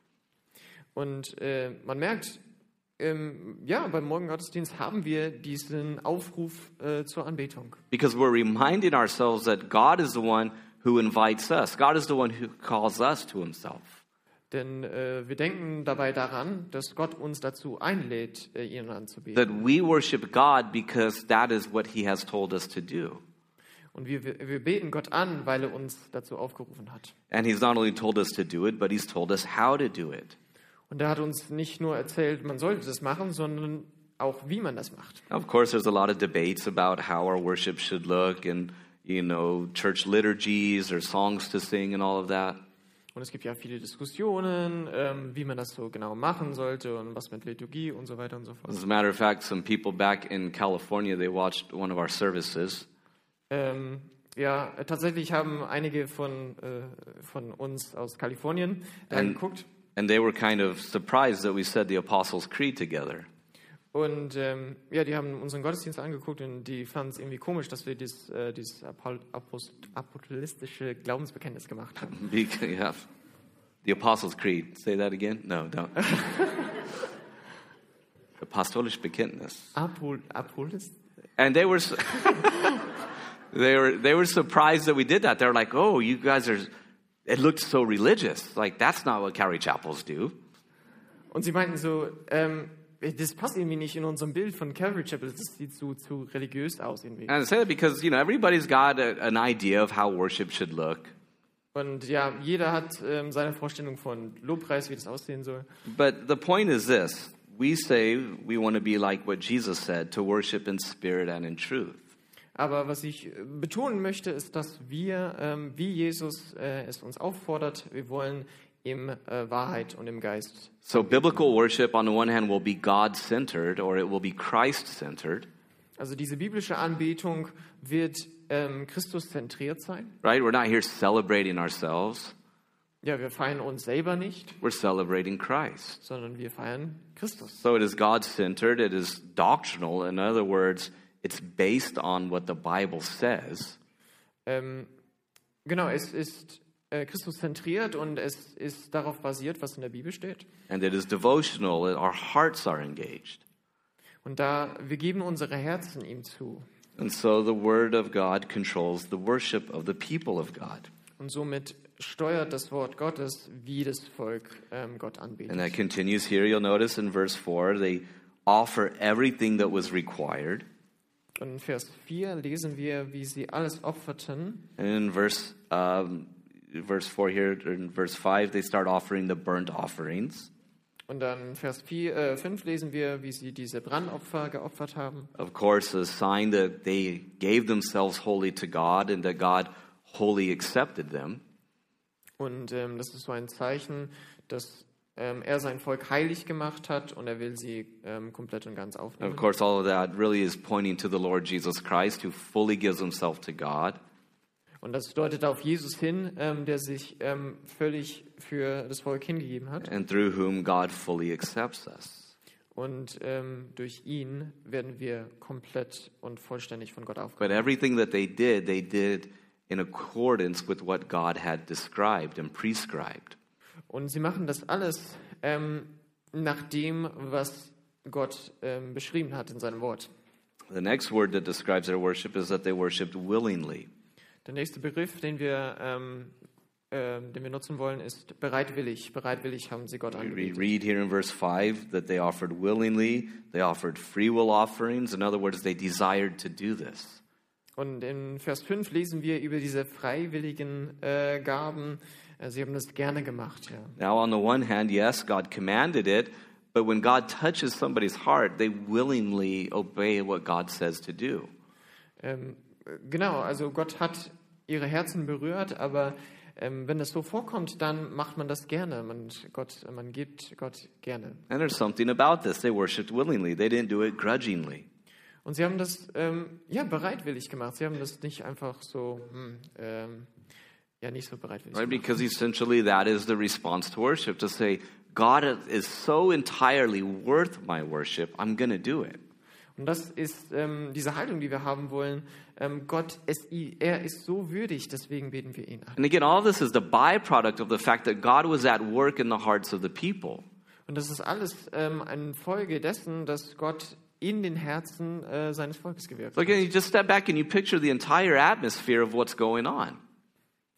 Speaker 2: Und äh, man merkt, ähm, ja, beim Morgengottesdienst haben wir diesen Aufruf äh, zur Anbetung.
Speaker 1: Because we're reminding ourselves that God is the one who invites us. God is the one who calls us to himself.
Speaker 2: Denn äh, wir denken dabei daran, dass Gott uns dazu einlädt, äh, ihn anzubeten.
Speaker 1: That we worship God because that is what he has told us to do.
Speaker 2: Und wir, wir wir beten Gott an, weil er uns dazu aufgerufen hat.
Speaker 1: And he's not only told us to do it, but he's told us how to do it.
Speaker 2: Und er hat uns nicht nur erzählt, man sollte das machen, sondern auch, wie man das macht.
Speaker 1: Now, Of course, there's a lot of debates about how our worship should look and, you know, church liturgies or songs to sing and all of that.
Speaker 2: Und es gibt ja viele Diskussionen, ähm, wie man das so genau machen sollte und was mit Liturgie und so weiter und so fort.
Speaker 1: As a matter of fact, some people back in California, they watched one of our services.
Speaker 2: Ähm, ja, äh, tatsächlich haben einige von, äh, von uns aus Kalifornien da
Speaker 1: Ähm.
Speaker 2: geguckt
Speaker 1: And they were kind of surprised that we said the Apostles' Creed together.
Speaker 2: und ähm, ja, die haben unseren Gottesdienst angeguckt und die fanden es irgendwie komisch, dass wir dieses, äh, dieses Apol- Apost apostolistische Glaubensbekenntnis gemacht haben.
Speaker 1: Be- yeah. The Apostles' Creed. Say that again? No, don't. Apostolisch Bekenntnis.
Speaker 2: Apol Apolist?
Speaker 1: And they were, su- they were, they were surprised that we did that. They're like, "Oh, you guys are." It looked so religious. Like that's not what Calvary chapels do.
Speaker 2: Und sie meinten so, ähm, das passt irgendwie nicht in unserem Bild von Calvary Chapel, das sieht zu, zu religiös aus irgendwie.
Speaker 1: And I say that because you know everybody's got a, an idea of how worship should look,
Speaker 2: Und ja, jeder hat ähm, seine Vorstellung von Lobpreis, wie das aussehen soll.
Speaker 1: but the point is this: we say we want to be like what Jesus said to worship in spirit and in truth.
Speaker 2: Aber was ich äh, betonen möchte, ist, dass wir, ähm, wie Jesus äh, es uns auffordert, wir wollen im äh, Wahrheit und im Geist.
Speaker 1: So biblical worship, on the one hand, will be God-centered, or it will be Christ-centered.
Speaker 2: Also diese biblische Anbetung wird ähm, Christus zentriert sein.
Speaker 1: Right? We're not here celebrating ourselves.
Speaker 2: Ja, wir feiern uns selber nicht,
Speaker 1: We're celebrating Christ.
Speaker 2: sondern wir feiern Christus.
Speaker 1: So it is God centered, it is doctrinal. In other words, it's based on what the Bible says.
Speaker 2: Ähm, genau, es ist äh, Christus zentriert und es ist darauf basiert, was in der Bibel steht.
Speaker 1: And it is devotional, our hearts are engaged.
Speaker 2: Und da wir geben unsere Herzen ihm zu
Speaker 1: And so the Word of God controls the worship of the people of God.
Speaker 2: und somit steuert das Wort Gottes, wie das Volk ähm, Gott anbetet.
Speaker 1: And that continues here. You'll notice in verse 4, they offer everything that was required.
Speaker 2: Und in Vers 4 lesen wir, wie sie alles opferten.
Speaker 1: And in verse, um, verse 4 here, or in verse 5, they start offering the burnt offerings.
Speaker 2: Und dann in Vers 4, äh, 5 lesen wir, wie sie diese Brandopfer geopfert haben.
Speaker 1: Of course, a sign that they gave themselves wholly to God and that God wholly accepted them.
Speaker 2: Und ähm, das ist so ein Zeichen, dass ähm, er sein Volk heilig gemacht hat und er will sie ähm, komplett und ganz
Speaker 1: And of
Speaker 2: aufnehmen.
Speaker 1: course, all of that really is pointing to the Lord Jesus Christ, who fully gives himself to God.
Speaker 2: Und das deutet auf Jesus hin, ähm, der sich ähm, völlig für das Volk hingegeben hat.
Speaker 1: and through whom God fully accepts us.
Speaker 2: Und ähm, durch ihn werden wir komplett und vollständig von Gott aufgenommen.
Speaker 1: But everything that they did, they did in accordance with what God had described and prescribed.
Speaker 2: Und sie machen das alles ähm, nach dem, was Gott ähm, beschrieben hat in seinem Wort.
Speaker 1: The next word that describes their worship is that they worshiped willingly.
Speaker 2: Der nächste Begriff, den wir, ähm, ähm, den wir nutzen wollen, ist bereitwillig. Bereitwillig haben sie Gott
Speaker 1: We
Speaker 2: angebetet.
Speaker 1: read here in verse 5 that they offered willingly, they offered free will offerings. In other words, they desired to do this.
Speaker 2: Und in Vers 5 lesen wir über diese freiwilligen äh, Gaben. Äh, sie haben das gerne gemacht. Ja.
Speaker 1: Now, on the one hand, yes, God commanded it, but when God touches somebody's heart, they willingly obey what God says to do.
Speaker 2: Ähm, äh, genau, also Gott hat ihre Herzen berührt, aber ähm, wenn das so vorkommt, dann macht man das gerne. Man, Gott, man gibt Gott gerne.
Speaker 1: And there's something about this. They worshiped willingly. They didn't do it grudgingly.
Speaker 2: Und sie haben das ähm, ja bereitwillig gemacht. Sie haben das nicht einfach so, hm, ähm, ja nicht so bereitwillig.
Speaker 1: Right?
Speaker 2: Gemacht.
Speaker 1: Because essentially that is the response to worship to say, God is so entirely worth my worship, I'm going to do it.
Speaker 2: Und das ist ähm, diese Haltung, die wir haben wollen. Ähm, Gott, es, i- er ist so würdig, deswegen beten wir ihn an.
Speaker 1: And again, all this is the byproduct of the fact that God was at work in the hearts of the people.
Speaker 2: Und das ist alles ähm, eine Folge dessen, dass Gott in den Herzen äh, seines Volkes gewirkt
Speaker 1: So
Speaker 2: hat.
Speaker 1: again, you just step back and you picture the entire atmosphere of what's going on.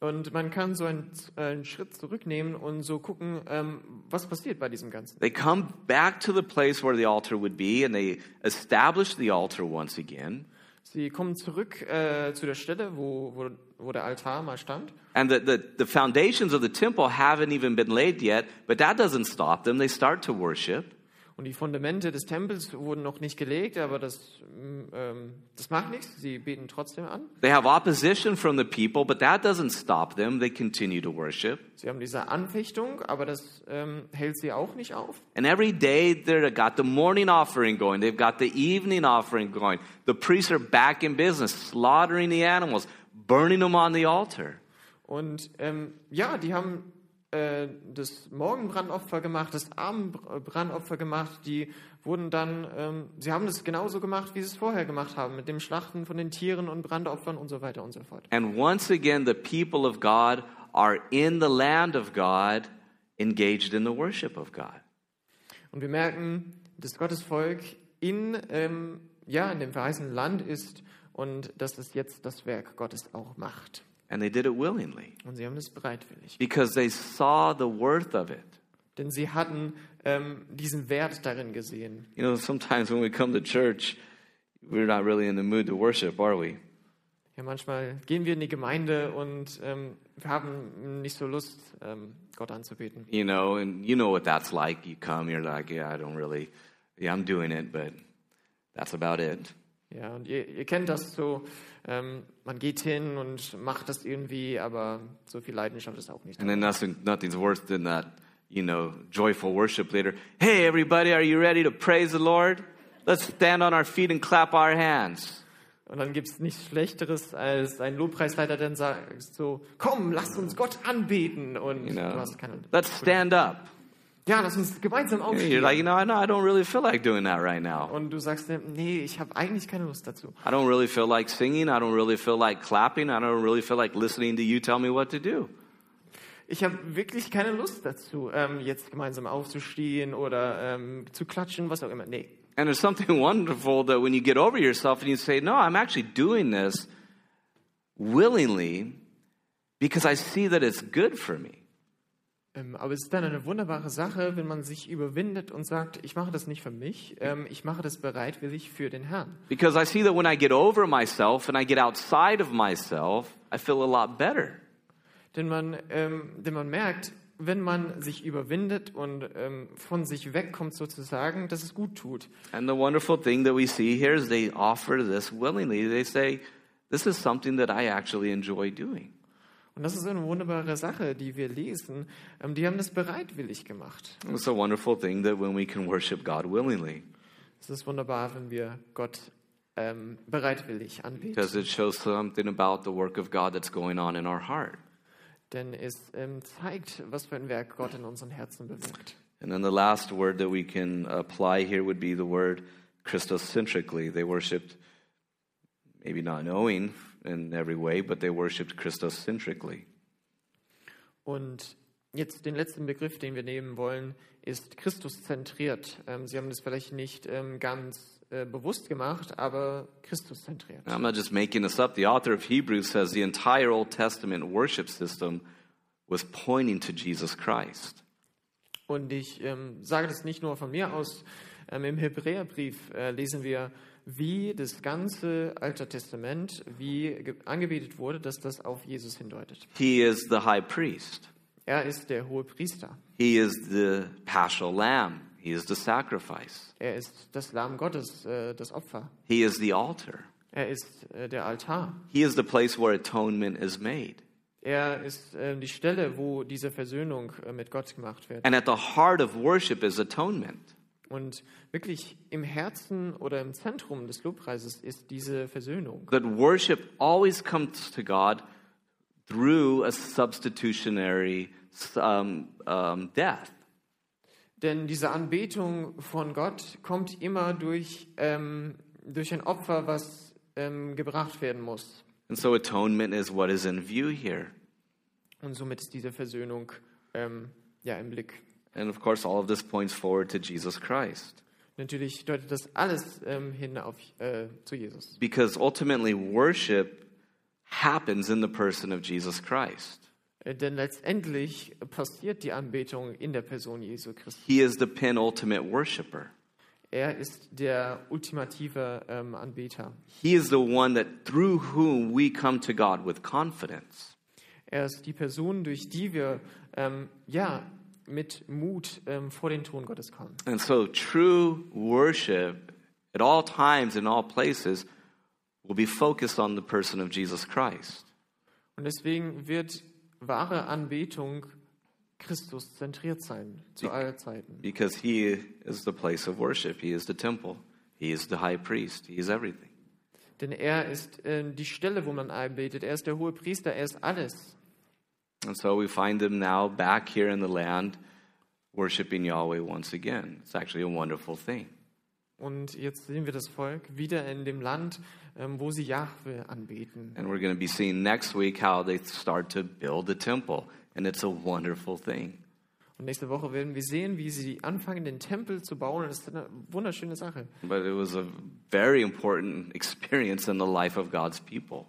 Speaker 2: Und man kann so einen, äh, einen Schritt zurücknehmen und so gucken, ähm, was passiert bei diesem Ganzen.
Speaker 1: They come back to the place where the altar would be and they establish the altar once again.
Speaker 2: Sie kommen zurück äh, zu der Stelle, wo, wo, wo der Altar mal stand.
Speaker 1: And the, the, the foundations of the temple haven't even been laid yet, but that doesn't stop them. They start to worship.
Speaker 2: Und die Fundamente des Tempels wurden noch nicht gelegt, aber das, mm, ähm, das macht nichts. Sie beten trotzdem an.
Speaker 1: They have opposition from the people, but that doesn't stop them. They continue to worship.
Speaker 2: Sie haben diese Anfechtung, aber das ähm, hält sie auch nicht auf.
Speaker 1: And every day they've got the morning offering going. They've got the evening offering going. The priests are back in business, slaughtering the animals, burning them on the altar.
Speaker 2: Und ähm, ja, die haben äh, das Morgenbrandopfer gemacht, das Abendbrandopfer gemacht. Die wurden dann, ähm, sie haben das genauso gemacht, wie sie es vorher gemacht haben, mit dem Schlachten von den Tieren und Brandopfern und so weiter und so fort.
Speaker 1: And once again, the people of God are in the land of God, engaged in the worship of God.
Speaker 2: Und wir merken, dass Gottes Volk in, ähm, ja, in dem verheißenen Land ist und dass es jetzt das Werk Gottes auch macht.
Speaker 1: And they did it willingly.
Speaker 2: Und sie haben das bereitwillig.
Speaker 1: because they saw the worth of it.
Speaker 2: Denn sie hatten ähm, diesen Wert darin gesehen.
Speaker 1: You know, sometimes when we come to church, we're not really in the mood to worship, are we?
Speaker 2: Ja, manchmal gehen wir in die Gemeinde und ähm, wir haben nicht so Lust, ähm, Gott anzubeten.
Speaker 1: You know, and you know what that's like. You come, you're like, yeah, I don't really, yeah, I'm doing it, but that's about it.
Speaker 2: Ja, und ihr, ihr kennt das so, ähm, man geht hin und macht das irgendwie, aber so viel Leidenschaft ist auch nicht. da.
Speaker 1: And then nothing, nothing's worse than that, you know, joyful worship leader. Hey, everybody, are you ready to praise the Lord? Let's stand on our feet and clap our hands.
Speaker 2: Und dann gibt's nichts Schlechteres als ein Lobpreisleiter, der dann sagt so, komm, lasst uns Gott anbeten. Und
Speaker 1: You
Speaker 2: du
Speaker 1: know,
Speaker 2: hast keine...
Speaker 1: let's stand up.
Speaker 2: Ja, lass uns gemeinsam
Speaker 1: And You're
Speaker 2: aufstehen.
Speaker 1: like, you know, I know I don't really feel like doing that right now.
Speaker 2: Und du sagst, dir, nee, ich habe eigentlich keine Lust dazu.
Speaker 1: I don't really feel like singing. I don't really feel like clapping. I don't really feel like listening to you tell me what to do.
Speaker 2: Ich habe wirklich keine Lust dazu, ähm, jetzt gemeinsam aufzustehen oder ähm, zu klatschen, was auch immer. Nee.
Speaker 1: And there's something wonderful that when you get over yourself and you say, no, I'm actually doing this willingly because I see that it's good for me.
Speaker 2: Ähm, aber es ist dann eine wunderbare Sache, wenn man sich überwindet und sagt, ich mache das nicht für mich, ähm, ich mache das bereitwillig für den Herrn.
Speaker 1: Because I see that when I get over myself and I get outside of myself, I feel a lot better.
Speaker 2: Denn man, ähm, denn man merkt, wenn man sich überwindet und ähm, von sich wegkommt sozusagen, dass es gut tut.
Speaker 1: And the wonderful thing that we see here is they offer this willingly. They say, this is something that I actually enjoy doing.
Speaker 2: Und das ist eine wunderbare Sache, die wir lesen. Ähm, die haben das bereitwillig gemacht.
Speaker 1: It's a wonderful thing that when we can worship God willingly,
Speaker 2: Es ist wunderbar, wenn wir Gott ähm, bereitwillig anbeten.
Speaker 1: because it shows something about the work of God that's going on in our heart.
Speaker 2: Denn es ähm, zeigt, was für ein Werk Gott in unseren Herzen bewirkt.
Speaker 1: And then the last word that we can apply here would be the word Christocentrically. They worshiped, maybe not knowing in every way, but they worshiped Christocentrically.
Speaker 2: Und jetzt den letzten Begriff, den wir nehmen wollen, ist Christus zentriert. Ähm, Sie haben das vielleicht nicht ähm, ganz äh, bewusst gemacht, aber Christus zentriert.
Speaker 1: And I'm not just making this up. The author of Hebrews says the entire Old Testament worship system was pointing to Jesus Christ.
Speaker 2: Und ich ähm, sage das nicht nur von mir aus. Ähm, Im Hebräerbrief äh, lesen wir, wie das ganze Alte Testament, wie ge- angebetet wurde, dass das auf Jesus hindeutet.
Speaker 1: He is the high priest.
Speaker 2: Er ist der hohe Priester.
Speaker 1: He is the paschal lamb. He is the sacrifice.
Speaker 2: Er ist das Lamm Gottes, äh, das Opfer.
Speaker 1: He is the altar.
Speaker 2: Er ist äh, der Altar.
Speaker 1: He is the place where atonement is made.
Speaker 2: Er ist äh, die Stelle, wo diese Versöhnung äh, mit Gott gemacht wird.
Speaker 1: And at the heart of worship is atonement.
Speaker 2: Und wirklich im Herzen oder im Zentrum des Lobpreises ist diese Versöhnung.
Speaker 1: That worship always comes to God through a substitutionary um, um, death.
Speaker 2: Denn diese Anbetung von Gott kommt immer durch, ähm, durch ein Opfer, was ähm, gebracht werden muss.
Speaker 1: And so atonement is what is in view here.
Speaker 2: Und somit ist diese Versöhnung ähm, ja im Blick.
Speaker 1: And of course, all of this points forward to Jesus Christ.
Speaker 2: Natürlich deutet das alles ähm, hin auf, äh, zu Jesus.
Speaker 1: Because ultimately, worship happens in the person of Jesus Christ.
Speaker 2: Äh, Denn letztendlich passiert die Anbetung in der Person Jesu Christi.
Speaker 1: He is the penultimate worshiper.
Speaker 2: Er ist der ultimative ähm, Anbeter.
Speaker 1: He is the one that through whom we come to God with confidence.
Speaker 2: Er ist die Person, durch die wir ähm, ja mit Mut ähm, vor den Thron Gottes kommen.
Speaker 1: And so true worship at all times in all places will be focused on the person of Jesus Christ.
Speaker 2: Und deswegen wird wahre Anbetung Christus zentriert sein zu allen Zeiten,
Speaker 1: Because he is the place of worship. He is the temple. He is the high priest. He is everything.
Speaker 2: denn er ist ähm, die Stelle, wo man anbetet. Er ist der hohe Priester. Er ist alles.
Speaker 1: And so we find him now back here in the land worshiping Yahweh once again. It's actually a wonderful thing.
Speaker 2: Und jetzt sehen wir das Volk wieder in dem Land, ähm, wo sie Jahwe anbeten.
Speaker 1: And we're going to be seeing next week how they start to build the temple. And it's a wonderful thing.
Speaker 2: Und nächste Woche werden wir sehen, wie sie anfangen, den Tempel zu bauen. Und Das ist eine wunderschöne Sache.
Speaker 1: But it was a very important experience in the life of God's people.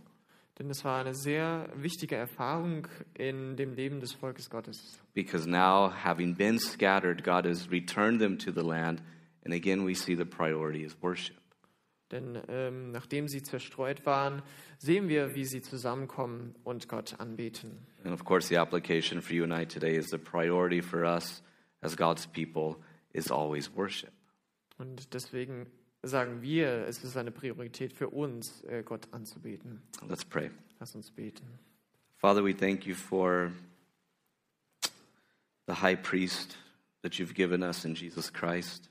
Speaker 2: Denn es war eine sehr wichtige Erfahrung in dem Leben des Volkes Gottes.
Speaker 1: Because now, having been scattered, God has returned them to the land. And again, we see the priority is worship.
Speaker 2: Denn ähm, nachdem sie zerstreut waren, sehen wir, wie sie zusammenkommen und Gott anbeten.
Speaker 1: And of course, the application for you and I today is the priority for us as God's people is always worship.
Speaker 2: Und deswegen sagen wir, es ist eine Priorität für uns, äh, Gott anzubeten.
Speaker 1: Let's pray.
Speaker 2: Lass uns beten.
Speaker 1: Father, we thank you for the high priest that you've given us in Jesus Christ.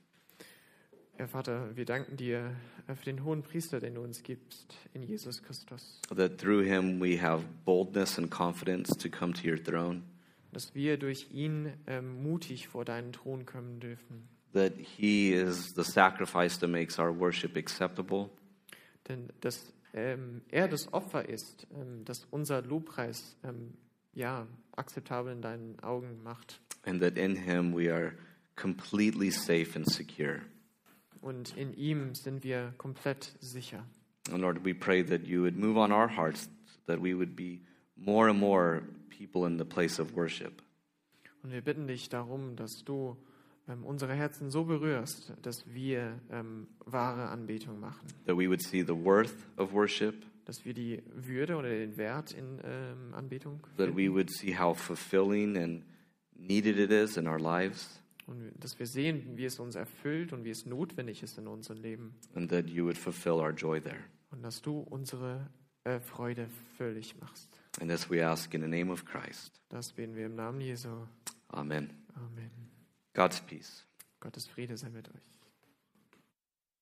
Speaker 2: Herr Vater, wir danken dir äh, für den hohen Priester, den du uns gibst, in Jesus Christus,
Speaker 1: that through him we have boldness and confidence to come to your throne,
Speaker 2: dass wir durch ihn ähm, mutig vor deinen Thron kommen dürfen.
Speaker 1: that he is the sacrifice that makes our worship acceptable,
Speaker 2: Denn dass ähm, er das Opfer ist, ähm, das unser Lobpreis ähm, ja, akzeptabel in deinen Augen macht.
Speaker 1: and that in him we are completely safe and secure.
Speaker 2: Und in ihm sind wir komplett sicher.
Speaker 1: And Oh, Lord, we pray that you would move on our hearts, that we would be more and more people in the place of worship,
Speaker 2: Und wir bitten dich darum, dass du ähm, unsere Herzen so berührst, dass wir ähm, wahre Anbetung machen.
Speaker 1: that we would see the worth of worship,
Speaker 2: Dass wir die Würde oder den Wert in ähm, Anbetung
Speaker 1: that we would see how fulfilling and needed it is in our lives,
Speaker 2: und dass wir sehen, wie es uns erfüllt und wie es notwendig ist in unserem Leben.
Speaker 1: and that you would fulfill our joy there.
Speaker 2: Und dass du unsere äh, Freude völlig machst.
Speaker 1: And this we ask in the name of Christ.
Speaker 2: Das beten wir im Namen Jesu.
Speaker 1: Amen.
Speaker 2: Amen.
Speaker 1: God's peace.
Speaker 2: Gottes Friede sei mit euch.